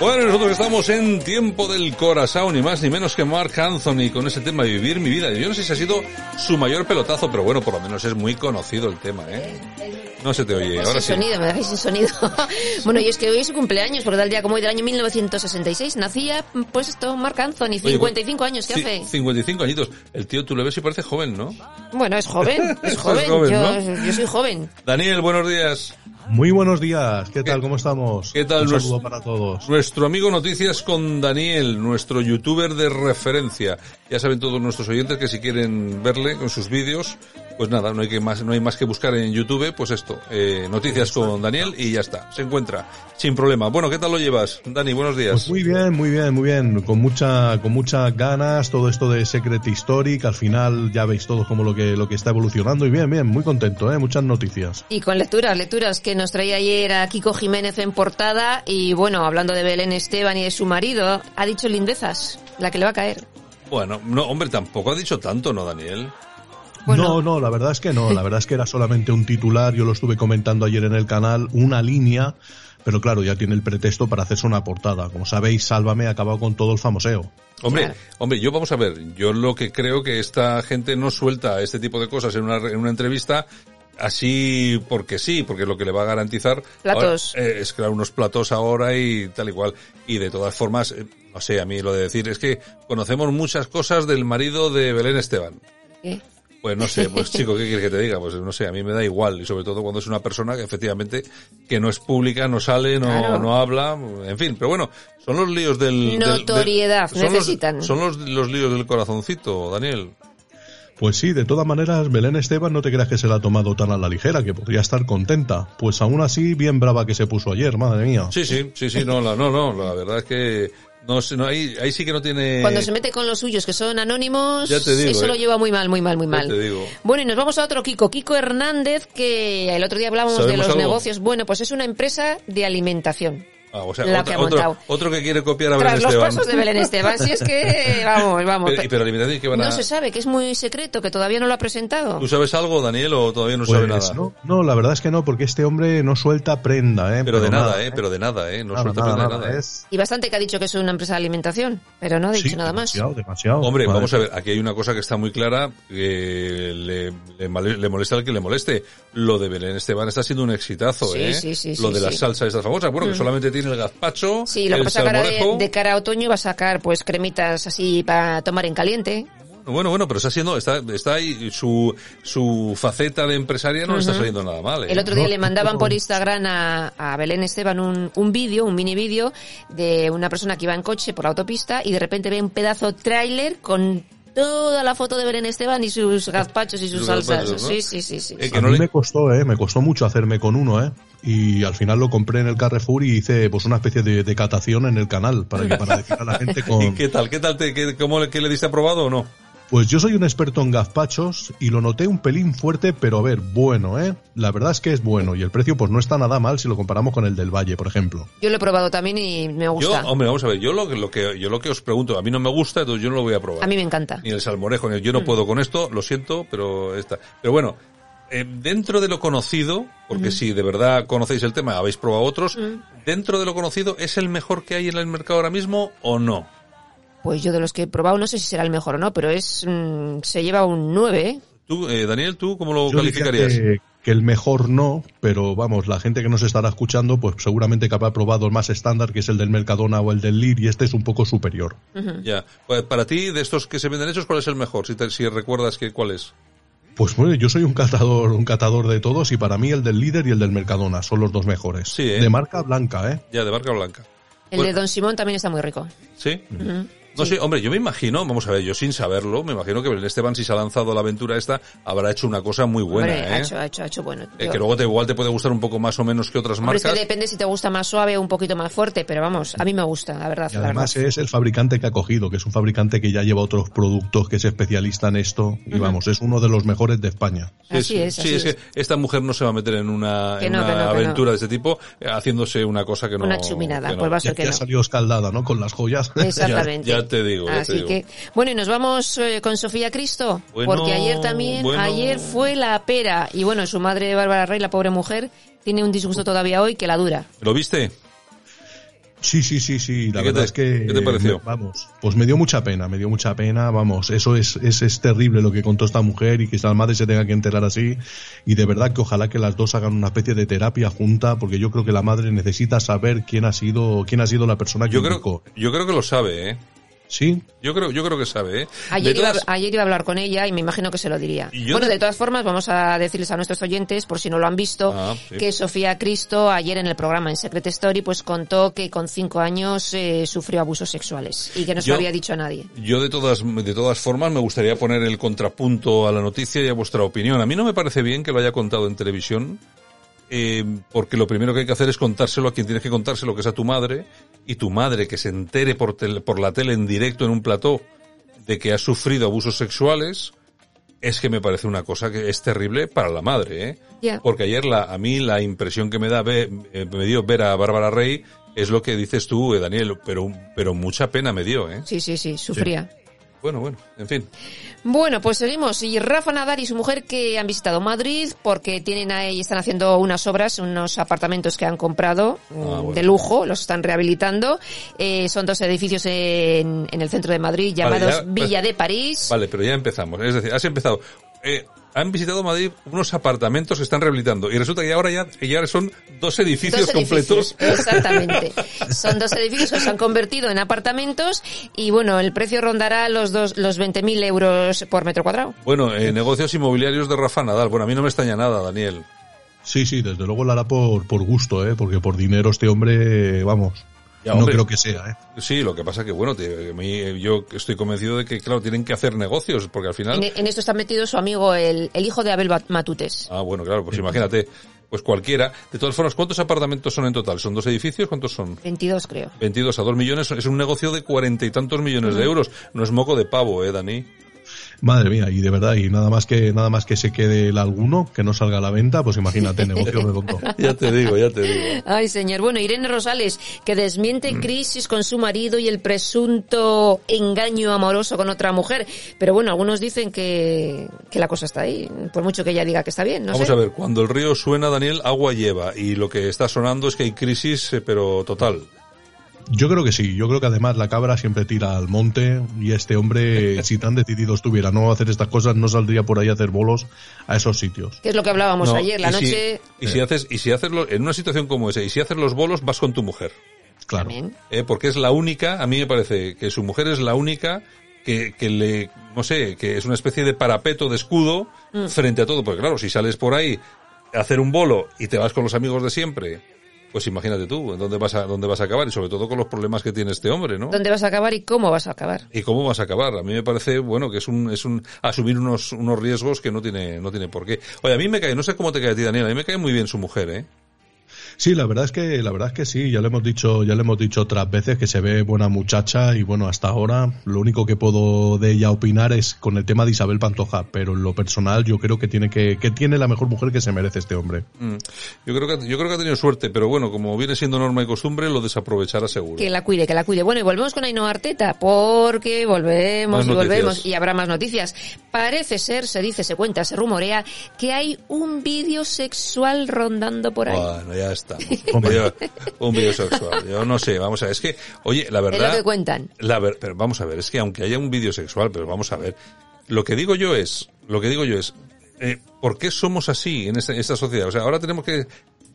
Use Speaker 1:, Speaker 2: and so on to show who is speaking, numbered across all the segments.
Speaker 1: Bueno, nosotros estamos en tiempo del corazón, y más ni menos que Mark Anthony con ese tema de vivir mi vida. Yo no sé si ha sido su mayor pelotazo, pero bueno, por lo menos es muy conocido el tema, ¿eh? No se te oye,
Speaker 2: Pues
Speaker 1: ahora
Speaker 2: sin
Speaker 1: sí.
Speaker 2: sonido, me dejáis sin sonido. bueno, y es que hoy es su cumpleaños, porque tal día como hoy del año 1966 nacía, pues esto, Marc Anthony, 55 años, ¿qué
Speaker 1: pues, Sí,
Speaker 2: hace?
Speaker 1: 55 añitos. El tío, tú lo ves y parece joven, ¿no?
Speaker 2: Bueno, es joven, es joven,
Speaker 1: Es joven,
Speaker 2: yo,
Speaker 1: ¿no?
Speaker 2: yo soy joven.
Speaker 1: Daniel, buenos días.
Speaker 3: Muy buenos días, ¿qué tal? ¿Cómo estamos?
Speaker 1: ¿Qué tal?
Speaker 3: Un saludo
Speaker 1: Nos-
Speaker 3: para todos.
Speaker 1: Nuestro amigo Noticias con Daniel, nuestro youtuber de referencia. Ya saben todos nuestros oyentes que si quieren verle con sus vídeos, pues nada, no hay que más, no hay más que buscar en YouTube, pues esto, eh, Noticias con Daniel y ya está, se encuentra sin problema. Bueno, ¿qué tal lo llevas, Dani? Buenos días.
Speaker 3: Pues muy bien, muy bien, muy bien. Con mucha, con muchas ganas, todo esto de Secret History, que al final ya veis todos como lo que, lo que está evolucionando. Y bien, bien, muy contento, eh, muchas noticias.
Speaker 2: Y con lecturas, lecturas que nos traía ayer a Kiko Jiménez en portada y bueno, hablando de Belén Esteban y de su marido, ha dicho lindezas, la que le va a caer.
Speaker 1: Bueno, no, hombre, tampoco ha dicho tanto, ¿no, Daniel?
Speaker 2: Bueno.
Speaker 3: No, no, la verdad es que no, la verdad es que era solamente un titular, yo lo estuve comentando ayer en el canal, una línea, pero claro, ya tiene el pretexto para hacerse una portada. Como sabéis, Sálvame ha acabado con todo el famoseo.
Speaker 1: Hombre,
Speaker 2: Claro.
Speaker 1: hombre, yo vamos a ver, yo lo que creo que esta gente no suelta este tipo de cosas en una, en una entrevista así porque sí, porque lo que le va a garantizar
Speaker 2: Platos.
Speaker 1: ahora, eh, es crear unos platos ahora y tal y cual. Y de todas formas, eh, no sé, a mí lo de decir es que conocemos muchas cosas del marido de Belén Esteban.
Speaker 2: ¿Qué?
Speaker 1: Pues no sé, pues chico, ¿qué quieres que te diga? Pues no sé, a mí me da igual, y sobre todo cuando es una persona que efectivamente que no es pública, no sale, no,
Speaker 2: Claro.
Speaker 1: no habla, en fin, pero bueno, son los líos del... del- del-
Speaker 2: Notoriedad
Speaker 1: son los-
Speaker 2: necesitan.
Speaker 1: Son los, los líos del corazoncito, Daniel.
Speaker 3: Pues sí, de todas maneras, Belén Esteban no te creas que se la ha tomado tan a la ligera, que podría estar contenta. Pues aún así, bien brava que se puso ayer, madre mía.
Speaker 1: Sí, sí, sí, sí, no, la, no, no, la verdad es que no, sé, no ahí, ahí sí que no tiene...
Speaker 2: Cuando se mete con los suyos que son anónimos,
Speaker 1: Ya te digo,
Speaker 2: eso
Speaker 1: eh.
Speaker 2: lo lleva muy mal, muy mal, muy
Speaker 1: Ya
Speaker 2: mal.
Speaker 1: te digo.
Speaker 2: Bueno, y nos vamos a otro Kiko, Kiko Hernández, que el otro día hablábamos de
Speaker 1: ¿Sabemos
Speaker 2: los
Speaker 1: algo?
Speaker 2: negocios. Bueno, pues es una empresa de alimentación.
Speaker 1: Ah, o sea,
Speaker 2: la
Speaker 1: otra-
Speaker 2: que ha
Speaker 1: otro,
Speaker 2: montado.
Speaker 1: otro que quiere copiar a Belén
Speaker 2: Tras los
Speaker 1: Esteban.
Speaker 2: pasos de Belén Esteban, si es que vamos, vamos.
Speaker 1: Pero, y- pero alimentación que van a...
Speaker 2: no se sabe, que es muy secreto, que todavía no lo ha presentado.
Speaker 1: ¿Tú sabes algo, Daniel, o todavía no
Speaker 3: Pues
Speaker 1: sabe nada?
Speaker 3: No, no, la verdad es que no, porque este hombre no suelta prenda, ¿eh?
Speaker 1: Pero de nada, eh, pero de nada, eh, no
Speaker 3: Nada,
Speaker 1: suelta
Speaker 3: nada,
Speaker 1: prenda de
Speaker 3: nada,
Speaker 1: nada, eh.
Speaker 3: es-
Speaker 2: Y bastante que ha dicho que es una empresa de alimentación, pero no ha dicho
Speaker 3: sí,
Speaker 2: nada más.
Speaker 3: Demasiado, demasiado.
Speaker 1: Hombre,
Speaker 3: Madre
Speaker 1: vamos a ver, aquí hay una cosa que está muy clara, que le, le male- le molesta al que le moleste. Lo de Belén Esteban está siendo un exitazo,
Speaker 2: Sí,
Speaker 1: ¿eh?
Speaker 2: sí, sí,
Speaker 1: Lo
Speaker 2: sí,
Speaker 1: de la
Speaker 2: sí. Mm.
Speaker 1: salsa esta famosa, bueno, que solamente tiene el gazpacho,
Speaker 2: Sí, lo que
Speaker 1: el
Speaker 2: pasa que ahora de,
Speaker 1: salmorejo.
Speaker 2: de cara a otoño va a sacar pues cremitas así para tomar en caliente.
Speaker 1: Bueno, bueno, pero está siendo, está, está ahí, su, su faceta de empresaria no le está saliendo nada mal, ¿eh?
Speaker 2: El otro día
Speaker 3: No,
Speaker 2: le mandaban por Instagram a, a Belén Esteban un, un vídeo, un mini vídeo de una persona que iba en coche por la autopista y de repente ve un pedazo tráiler con toda la foto de Belén Esteban y sus gazpachos y sus,
Speaker 1: Sus
Speaker 2: salsas.
Speaker 1: gazpachos, ¿no?
Speaker 2: Sí, sí, sí, sí.
Speaker 1: Eh,
Speaker 3: A
Speaker 1: que no
Speaker 3: mí
Speaker 1: le-
Speaker 3: me costó, ¿eh? Me costó mucho hacerme con uno, ¿eh? Y al final lo compré en el Carrefour y hice pues una especie de, de catación en el canal para que para decir a la gente
Speaker 1: ¿Y
Speaker 3: con...
Speaker 1: qué tal? ¿Qué tal? Te, qué, ¿Cómo le, qué le diste aprobado o no?
Speaker 3: Pues yo soy un experto en gazpachos y lo noté un pelín fuerte, pero a ver, bueno, ¿eh? La verdad es que es bueno y el precio pues no está nada mal si lo comparamos con el del Valle, por ejemplo.
Speaker 2: Yo lo he probado también y me
Speaker 1: Yo,
Speaker 2: gusta.
Speaker 1: hombre, vamos a ver, yo lo, que- lo que, yo lo que os pregunto, a mí no me gusta, entonces yo no lo voy a probar.
Speaker 2: a mí me encanta.
Speaker 1: ni el salmorejo. ni el-
Speaker 2: Hmm.
Speaker 1: Yo no puedo con esto, lo siento, pero está. Pero bueno, eh, dentro de lo conocido, porque si de verdad conocéis el tema, habéis probado otros,
Speaker 2: Hmm.
Speaker 1: dentro de lo conocido, ¿es el mejor que hay en el mercado ahora mismo o no?
Speaker 2: Pues yo de los que he probado no sé si será el mejor o no, pero es mm, se lleva un 9. ¿eh?
Speaker 1: Tú, eh, Daniel, ¿tú cómo lo
Speaker 3: Yo diría
Speaker 1: calificarías?
Speaker 3: que, que el mejor no, pero vamos, la gente que nos estará escuchando, pues seguramente que habrá probado el más estándar, que es el del Mercadona o el del Lir, y este es un poco superior.
Speaker 1: Ya. Pues para ti, de estos que se venden hechos, ¿cuál es el mejor? Si, te- si recuerdas que cuál es.
Speaker 3: Pues bueno, yo soy un catador, un catador de todos, y para mí el del líder y el del Mercadona son los dos mejores.
Speaker 1: Sí, ¿eh?
Speaker 3: De marca blanca, ¿eh?
Speaker 1: Ya, de barca blanca.
Speaker 2: El de
Speaker 1: Bueno,
Speaker 2: Don Simón también está muy rico.
Speaker 1: ¿Sí? No sé, hombre, yo me imagino, vamos a ver, yo sin saberlo, me imagino que Belén Esteban, si se ha lanzado a la aventura esta, habrá hecho una cosa muy buena,
Speaker 2: Hombre,
Speaker 1: ¿eh?
Speaker 2: ha hecho, ha hecho, ha hecho bueno.
Speaker 1: Eh,
Speaker 2: Yo-
Speaker 1: que luego te, igual te puede gustar un poco más o menos que otras
Speaker 2: Hombre, es
Speaker 1: marcas.
Speaker 2: que depende si te gusta más suave o un poquito más fuerte, pero vamos, a mí me gusta, la verdad.
Speaker 3: Y
Speaker 2: la
Speaker 3: además
Speaker 2: verdad.
Speaker 3: es el fabricante que ha cogido, que es un fabricante que ya lleva otros productos, que es especialista en esto, y vamos, es uno de los mejores de España.
Speaker 1: Sí,
Speaker 2: Así
Speaker 1: sí.
Speaker 2: es,
Speaker 1: Sí,
Speaker 2: así
Speaker 1: es
Speaker 2: es.
Speaker 1: que esta mujer no se va a meter en una,
Speaker 2: Que
Speaker 1: en
Speaker 2: no,
Speaker 1: una
Speaker 2: que no, que
Speaker 1: aventura
Speaker 2: no.
Speaker 1: de este tipo eh, haciéndose una cosa que no.
Speaker 2: Una chuminada,
Speaker 1: que no.
Speaker 2: pues va a
Speaker 3: Y
Speaker 2: ser
Speaker 3: aquí
Speaker 2: que
Speaker 3: ha
Speaker 2: no.
Speaker 3: salido escaldada, ¿no? Con las joyas.
Speaker 2: Exactamente.
Speaker 1: Ya- ya te digo, ya te
Speaker 2: Así
Speaker 1: digo.
Speaker 2: que, bueno, y nos vamos eh, con Sofía Cristo,
Speaker 1: Bueno,
Speaker 2: porque ayer también,
Speaker 1: bueno.
Speaker 2: ayer fue la pera, y bueno, su madre Bárbara Rey, la pobre mujer, tiene un disgusto todavía hoy que la dura.
Speaker 1: ¿Lo viste?
Speaker 3: Sí, sí, sí, sí. La
Speaker 1: ¿Y qué
Speaker 3: verdad
Speaker 1: te-
Speaker 3: es que.
Speaker 1: qué te pareció?
Speaker 3: Vamos, pues me dio mucha pena, me dio mucha pena. Vamos, eso es, es, es terrible lo que contó esta mujer y que esta madre se tenga que enterar así. Y de verdad que ojalá que las dos hagan una especie de terapia junta, porque yo creo que la madre necesita saber quién ha sido, quién ha sido la persona que
Speaker 1: Yo creo,
Speaker 3: indicó.
Speaker 1: yo creo que lo sabe, ¿eh?
Speaker 3: Sí,
Speaker 1: Yo creo, yo creo que sabe, ¿eh?
Speaker 2: Ayer,
Speaker 1: De todas-
Speaker 2: Ah, iba, ayer iba a hablar con ella y me imagino que se lo diría.
Speaker 1: Y yo
Speaker 2: Bueno,
Speaker 1: te-
Speaker 2: de todas formas, vamos a decirles a nuestros oyentes, por si no lo han visto,
Speaker 1: Ah, sí.
Speaker 2: que Sofía Cristo ayer en el programa en Secret Story pues contó que con cinco años eh, sufrió abusos sexuales y que no se
Speaker 1: Yo-
Speaker 2: lo había dicho a nadie.
Speaker 1: Yo de todas, de todas formas me gustaría poner el contrapunto a la noticia y a vuestra opinión. A mí no me parece bien que lo haya contado en televisión, eh, porque lo primero que hay que hacer es contárselo a quien tienes que contárselo, que es a tu madre, y tu madre que se entere por, tele- por la tele en directo en un plató de que ha sufrido abusos sexuales, es que me parece una cosa que es terrible para la madre, ¿eh?
Speaker 2: Ya.
Speaker 1: Porque ayer la, a mí la impresión que me da ve- eh, me dio ver a Bárbara Rey es lo que dices tú, eh, Daniel, pero, pero mucha pena me dio, ¿eh?
Speaker 2: Sí, sí, sí, sufría.
Speaker 1: Bueno, bueno, en fin.
Speaker 2: Bueno, pues seguimos. Y Rafa Nadal y su mujer que han visitado Madrid porque tienen ahí, están haciendo unas obras, unos apartamentos que han comprado mm,
Speaker 1: Ah, bueno. pues
Speaker 2: de lujo, los están rehabilitando. Eh, son dos edificios en, en el centro de Madrid
Speaker 1: Vale,
Speaker 2: llamados
Speaker 1: ya,
Speaker 2: Villa
Speaker 1: pues-
Speaker 2: de París.
Speaker 1: Vale, pero ya empezamos. Es decir, has empezado. Eh, han visitado Madrid unos apartamentos que están rehabilitando y resulta que ahora ya, ya son dos edificios,
Speaker 2: Dos edificios,
Speaker 1: completos.
Speaker 2: exactamente. Son dos edificios que se han convertido en apartamentos y bueno, el precio rondará los dos, los 20.000 euros por metro cuadrado.
Speaker 1: Bueno, eh, negocios inmobiliarios de Rafa Nadal. Bueno, a mí no me extraña nada, Daniel.
Speaker 3: sí, sí, desde luego la hará por, por gusto, ¿eh? Porque por dinero este hombre, vamos,
Speaker 1: Ya,
Speaker 3: no
Speaker 1: hombre.
Speaker 3: creo que sea, ¿eh?
Speaker 1: Sí, lo que pasa que, bueno, te- a mí, eh, yo estoy convencido de que, claro, tienen que hacer negocios porque al final...
Speaker 2: En, en esto está metido su amigo, el, el hijo de Abel Bat- Matutes.
Speaker 1: Ah, bueno, claro, pues imagínate, pues cualquiera. De todas formas, ¿cuántos apartamentos son en total? ¿Son dos edificios? ¿Cuántos son?
Speaker 2: 22 creo.
Speaker 1: 22 a 2 millones. Es un negocio de cuarenta y tantos millones de euros. No es moco de pavo, ¿eh, Dani?
Speaker 3: Madre mía, y de verdad, y nada más que nada más que se quede el alguno, que no salga a la venta, pues imagínate, negocio redondo.
Speaker 1: Ya te digo, ya te digo.
Speaker 2: Ay, señor. Bueno, Irene Rosales, que desmiente
Speaker 1: Mm.
Speaker 2: crisis con su marido y el presunto engaño amoroso con otra mujer. Pero bueno, algunos dicen que, que la cosa está ahí, por mucho que ella diga que está bien, no
Speaker 1: Vamos
Speaker 2: sé.
Speaker 1: a ver, cuando el río suena, Daniel, agua lleva. Y lo que está sonando es que hay crisis, eh, pero total.
Speaker 3: Yo creo que sí, yo creo que además la cabra siempre tira al monte y este hombre, si tan decidido estuviera a no hacer estas cosas, no saldría por ahí a hacer bolos a esos sitios.
Speaker 2: Que es lo que hablábamos
Speaker 1: No,
Speaker 2: ayer, la
Speaker 1: y si-
Speaker 2: noche.
Speaker 1: y si haces, y si haces lo- en una situación como esa, y si haces los bolos, vas con tu mujer.
Speaker 3: Claro.
Speaker 2: Amén.
Speaker 1: eh, porque es la única, a mí me parece que su mujer es la única que, que le, no sé, que es una especie de parapeto de escudo
Speaker 2: Mm.
Speaker 1: frente a todo. Porque claro, si sales por ahí a hacer un bolo y te vas con los amigos de siempre, pues imagínate tú, ¿en dónde vas a, dónde vas a acabar? Y sobre todo con los problemas que tiene este hombre, ¿no?
Speaker 2: ¿Dónde vas a acabar y cómo vas a acabar?
Speaker 1: ¿Y cómo vas a acabar? A mí me parece, bueno, que es un, es un, asumir unos, unos riesgos que no tiene, no tiene por qué. Oye, a mí me cae, no sé cómo te cae a ti, Daniel, a mí me cae muy bien su mujer, ¿eh?
Speaker 3: Sí, la verdad es que la verdad es que sí, ya le hemos dicho, ya le hemos dicho otras veces que se ve buena muchacha y bueno, hasta ahora lo único que puedo de ella opinar es con el tema de Isabel Pantoja, pero en lo personal yo creo que tiene que que tiene la mejor mujer que se merece este hombre.
Speaker 1: Mm. Yo creo que, yo creo que ha tenido suerte, pero bueno, como viene siendo norma y costumbre, lo desaprovechará seguro.
Speaker 2: Que la cuide, que la cuide. Bueno, y volvemos con Ainhoa Arteta, porque
Speaker 1: Más
Speaker 2: volvemos y volvemos
Speaker 1: noticias.
Speaker 2: y habrá más noticias. Parece ser, se dice, se cuenta, se rumorea, que hay un vídeo sexual rondando por ahí.
Speaker 1: Bueno, ya está. Un
Speaker 3: Hombre.
Speaker 1: vídeo- un vídeo sexual. Yo no sé, vamos a ver. Es que, oye, la verdad.
Speaker 2: Es lo que cuentan.
Speaker 1: La ver- pero vamos a ver, es que aunque haya un vídeo sexual, pero vamos a ver. Lo que digo yo es, lo que digo yo es, eh, ¿por qué somos así en esta, esta sociedad? O sea, ahora tenemos que,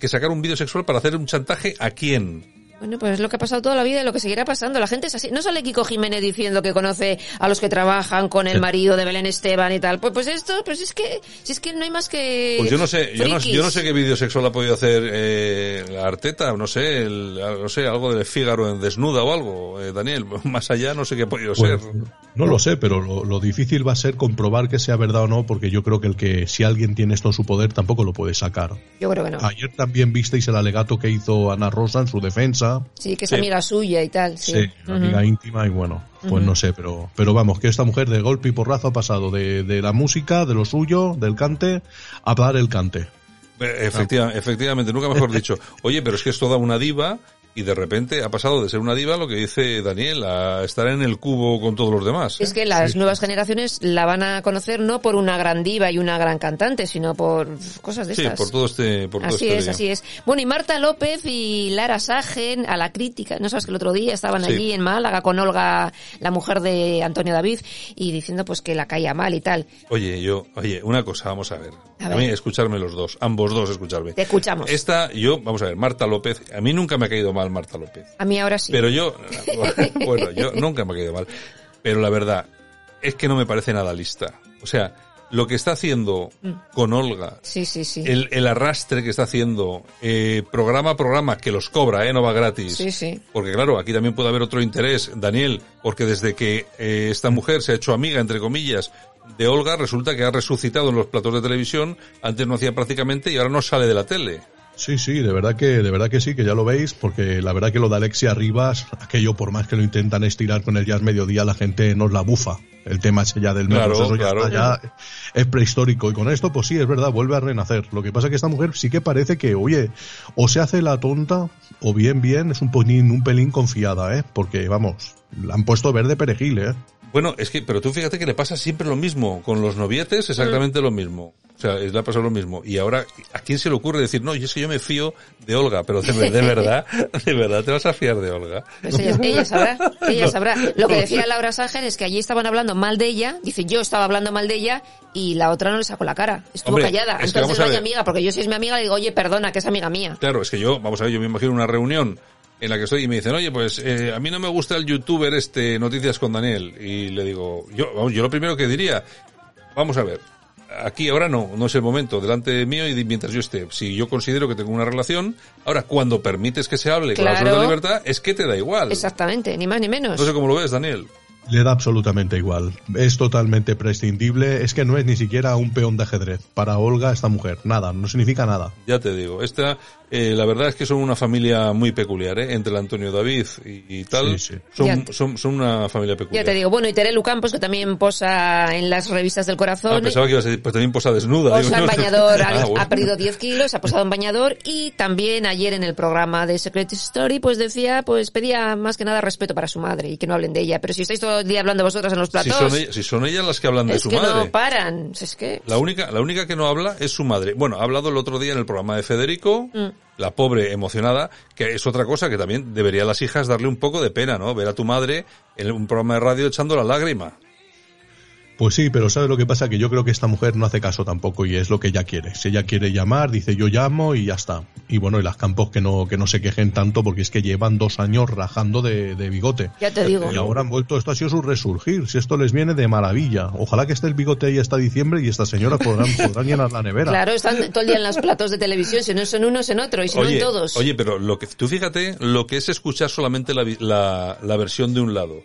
Speaker 1: que sacar un vídeo sexual para hacer un chantaje a quién.
Speaker 2: Bueno, pues es lo que ha pasado toda la vida y lo que seguirá pasando. La gente es así. No sale Kiko Jiménez diciendo que conoce a los que trabajan con el marido de Belén Esteban y tal. Pues, pues esto, pues es que, si es que no hay más que.
Speaker 1: Pues yo no sé, yo no,
Speaker 2: frikis.
Speaker 1: yo no sé qué vídeo sexual ha podido hacer eh, la Arteta, no sé, el- no sé, algo de Fígaro en desnuda o algo, eh, Daniel, más allá no sé qué ha podido
Speaker 3: Pues,
Speaker 1: ser.
Speaker 3: no lo sé, pero lo, lo difícil va a ser comprobar que sea verdad o no, porque yo creo que el que si alguien tiene esto en su poder tampoco lo puede sacar.
Speaker 2: Yo creo que no.
Speaker 3: Ayer también visteis el alegato que hizo Ana Rosa en su defensa.
Speaker 2: Sí, que es
Speaker 1: Sí.
Speaker 2: amiga suya y tal. Sí.
Speaker 3: Sí, una amiga
Speaker 2: Ujú.
Speaker 3: íntima y bueno, pues no sé, pero, pero vamos, que esta mujer de golpe y porrazo ha pasado de, de la música, de lo suyo, del cante, a dar el cante.
Speaker 1: Eh, Efectiva, efectivamente, nunca mejor dicho. Oye, pero es que es toda una diva y de repente ha pasado de ser una diva lo que dice Daniel, a estar en el cubo con todos los demás. ¿eh?
Speaker 2: Es que las nuevas generaciones la van a conocer no por una gran diva y una gran cantante, sino por cosas de
Speaker 1: sí,
Speaker 2: estas.
Speaker 1: por todo este, por todo
Speaker 2: así
Speaker 1: este
Speaker 2: es,
Speaker 1: día.
Speaker 2: así es. Bueno, y Marta López y Lara Sagen a la crítica. No sabes que el otro día estaban
Speaker 1: Sí.
Speaker 2: allí en Málaga con Olga, la mujer de Antonio David, y diciendo pues que la caía mal y tal.
Speaker 1: Oye, yo, oye, una cosa, vamos a ver.
Speaker 2: A
Speaker 1: A,
Speaker 2: ver.
Speaker 1: mí, escucharme los dos, ambos dos, escucharme.
Speaker 2: Te escuchamos.
Speaker 1: Esta, yo, vamos a ver, Marta López, a mí nunca me ha caído mal Marta López.
Speaker 2: A mí ahora sí.
Speaker 1: Pero yo, bueno, yo nunca me ha caído mal. Pero la verdad, es que no me parece nada lista. O sea, lo que está haciendo
Speaker 2: Mm.
Speaker 1: con Olga,
Speaker 2: Sí, sí, sí.
Speaker 1: el, el arrastre que está haciendo eh, programa a programa, que los cobra, eh, no va gratis.
Speaker 2: Sí, sí.
Speaker 1: Porque claro, aquí también puede haber otro interés, Daniel, porque desde que eh, esta mujer se ha hecho amiga, entre comillas, de Olga, resulta que ha resucitado en los platos de televisión, antes no hacía prácticamente y ahora no sale de la tele.
Speaker 3: Sí, sí, de verdad que, de verdad que sí, que ya lo veis, porque la verdad que lo de Alexia Rivas, aquello por más que lo intentan estirar con el jazz mediodía, la gente nos la bufa. El tema ese ya del
Speaker 1: Claro,
Speaker 3: metro, eso ya,
Speaker 1: claro.
Speaker 3: está, ya es prehistórico. Y con esto, pues sí, es verdad, vuelve a renacer. Lo que pasa es que esta mujer sí que parece que, oye, o se hace la tonta, o bien, bien, es un pelín, un pelín confiada, ¿eh? Porque, vamos, la han puesto verde perejil, ¿eh?
Speaker 1: Bueno, es que, pero tú fíjate que le pasa siempre lo mismo, con los novietes
Speaker 2: Mm.
Speaker 1: exactamente lo mismo. O sea, es- le ha pasado lo mismo. Y ahora, ¿a quién se le ocurre decir, no, y es que yo me fío de Olga, pero de, ver- de verdad, de verdad, te vas a fiar de Olga?
Speaker 2: Pues ella, ella sabrá, ella sabrá. Lo que decía Laura Sánchez es que allí estaban hablando mal de ella, dice yo estaba hablando mal de ella y la otra no le sacó la cara, estuvo
Speaker 1: Hombre,
Speaker 2: callada.
Speaker 1: es que
Speaker 2: Entonces
Speaker 1: vamos a
Speaker 2: no hay
Speaker 1: ver.
Speaker 2: amiga, porque yo si es mi amiga le digo, oye, perdona, que es amiga mía.
Speaker 1: Claro, es que yo, vamos a ver, yo me imagino una reunión en la que estoy y me dicen, oye, pues eh, a mí no me gusta el youtuber este Noticias con Daniel. Y le digo, yo, vamos, yo lo primero que diría, vamos a ver, aquí ahora no, no es el momento, delante mío y de- mientras yo esté. Si yo considero que tengo una relación, ahora cuando permites que se hable con
Speaker 2: Claro.
Speaker 1: la absoluta libertad, es que te da igual.
Speaker 2: Exactamente, ni más ni menos.
Speaker 1: No sé cómo lo ves, Daniel.
Speaker 3: Le da absolutamente igual. Es totalmente prescindible. Es que no es ni siquiera un peón de ajedrez. Para Olga, esta mujer, nada, no significa nada.
Speaker 1: Ya te digo, esta, eh, la verdad es que son una familia muy peculiar, ¿eh? entre el Antonio David y, y tal,
Speaker 3: Sí, sí.
Speaker 2: Ya
Speaker 1: Son,
Speaker 2: te-
Speaker 1: son, son una familia
Speaker 2: Ya
Speaker 1: peculiar.
Speaker 2: te digo, bueno, y Terelu Campos, que también posa en las revistas del
Speaker 1: Ah,
Speaker 2: corazón.
Speaker 1: pensaba que ibas a decir, pues también posa desnuda.
Speaker 2: Posa
Speaker 1: Digo,
Speaker 2: en
Speaker 1: no.
Speaker 2: bañador, ha,
Speaker 1: Ah, bueno.
Speaker 2: ha perdido 10 kilos, ha posado en bañador y también ayer en el programa de Secret Story pues decía, pues pedía más que nada respeto para su madre y que no hablen de ella. Pero si estáis todo el día hablando vosotras en los
Speaker 1: Si
Speaker 2: platos,
Speaker 1: son, ella- si son ellas las que hablan de
Speaker 2: es
Speaker 1: su
Speaker 2: que
Speaker 1: madre.
Speaker 2: no paran. Es que...
Speaker 1: La única, la única que no habla es su madre. Bueno, ha hablado el otro día en el programa de Federico,
Speaker 2: Mm.
Speaker 1: la pobre emocionada, que es otra cosa que también debería a las hijas darle un poco de pena, ¿no? Ver a tu madre en un programa de radio echando la lágrima.
Speaker 3: Pues sí, pero ¿sabes lo que pasa? Que yo creo que esta mujer no hace caso tampoco y es lo que ella quiere. Si ella quiere llamar, dice yo llamo y ya está. Y bueno, y las campos que no, que no se quejen tanto porque es que llevan dos años rajando de, de bigote.
Speaker 2: Ya te digo.
Speaker 3: Y ahora han vuelto, esto ha sido su resurgir, si esto les viene de maravilla. Ojalá que esté el bigote ahí hasta diciembre y esta señora podrán, podrán llenar la nevera.
Speaker 2: Claro, están todo el día en los platos de televisión, si no son unos en otro y si no en todos.
Speaker 1: oye, pero lo que, tú fíjate lo que es escuchar solamente la, vi- la, la versión de un lado.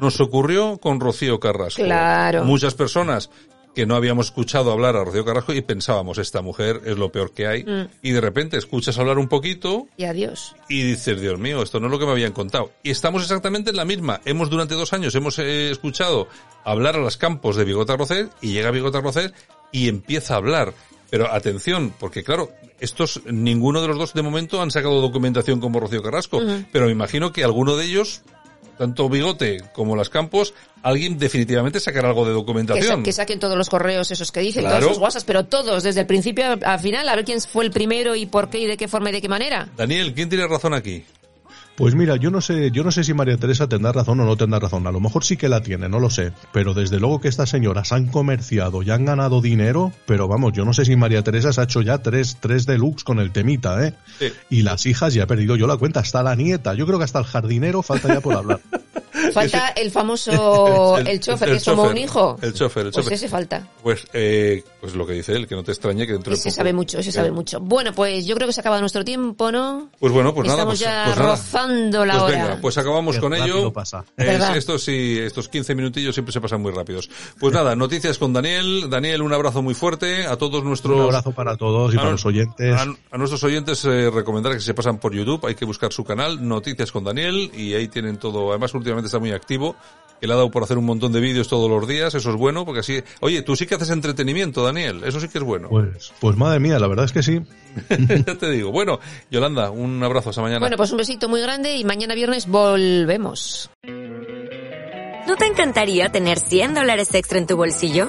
Speaker 1: Nos ocurrió con Rocío Carrasco.
Speaker 2: Claro.
Speaker 1: Muchas personas que no habíamos escuchado hablar a Rocío Carrasco y pensábamos, esta mujer es lo peor que hay.
Speaker 2: Mm.
Speaker 1: Y de repente escuchas hablar un poquito
Speaker 2: Y adiós.
Speaker 1: y dices, Dios mío, esto no es lo que me habían contado. Y estamos exactamente en la misma. Hemos durante dos años, hemos eh, escuchado hablar a las campos de Bigota Rocer y llega Bigota Rocer y empieza a hablar. Pero atención, porque claro, estos, ninguno de los dos de momento han sacado documentación como Rocío Carrasco. Pero me imagino que alguno de ellos, tanto Bigote como las campos, alguien definitivamente sacará algo de
Speaker 2: Que, sa-
Speaker 1: documentación.
Speaker 2: que saquen todos los correos esos que dicen,
Speaker 1: Claro.
Speaker 2: todos los WhatsApps, pero todos, desde el principio a- al final, a ver quién fue el primero y por qué y de qué forma y de qué manera.
Speaker 1: Daniel, ¿quién tiene razón aquí?
Speaker 3: Pues mira, yo no sé, yo no sé si María Teresa tendrá razón o no tendrá razón. A lo mejor sí que la tiene, no lo sé. Pero desde luego que estas señoras han comerciado y han ganado dinero, pero vamos, yo no sé si María Teresa se ha hecho ya tres, tres deluxe con el temita, ¿eh?
Speaker 1: Sí.
Speaker 3: Y las hijas ya he perdido yo la cuenta, hasta la nieta. Yo creo que hasta el jardinero falta ya por hablar.
Speaker 2: Falta el famoso, el chofer, que es como
Speaker 1: chofer,
Speaker 2: un hijo.
Speaker 1: El chofer, el
Speaker 2: Pues
Speaker 1: chofer.
Speaker 2: ese falta.
Speaker 1: Pues, eh, pues lo que dice él, que no te extrañe que dentro de
Speaker 2: Ese
Speaker 1: poco- eh.
Speaker 2: sabe mucho, ese sabe mucho. Bueno, pues yo creo que se acaba nuestro tiempo, ¿no?
Speaker 1: Pues bueno, pues nada,
Speaker 2: Estamos
Speaker 1: pues,
Speaker 2: ya
Speaker 1: pues nada.
Speaker 2: rozando la
Speaker 1: Pues
Speaker 2: hora.
Speaker 1: venga, pues acabamos
Speaker 3: Qué
Speaker 1: con
Speaker 3: rápido
Speaker 1: ello.
Speaker 3: pasa.
Speaker 1: Es-
Speaker 2: ¿Verdad?
Speaker 1: estos, sí, estos 15 minutillos siempre se pasan muy rápidos. Pues nada, noticias con Daniel. Daniel, un abrazo muy fuerte a todos nuestros...
Speaker 3: Un abrazo para todos y para los oyentes.
Speaker 1: A, a nuestros oyentes eh, recomendar que se pasan por YouTube, hay que buscar su canal, Noticias con Daniel, y ahí tienen todo. Además, últimamente está muy activo, que le ha dado por hacer un montón de vídeos todos los días, eso es bueno, porque así... Oye, tú sí que haces entretenimiento, Daniel, eso sí que es bueno.
Speaker 3: Pues, pues madre mía, la verdad es que sí.
Speaker 1: ya te digo. Bueno, Yolanda, un abrazo esa mañana.
Speaker 2: Bueno, pues un besito muy grande y mañana viernes volvemos.
Speaker 4: ¿No te encantaría tener 100 dólares extra en tu bolsillo?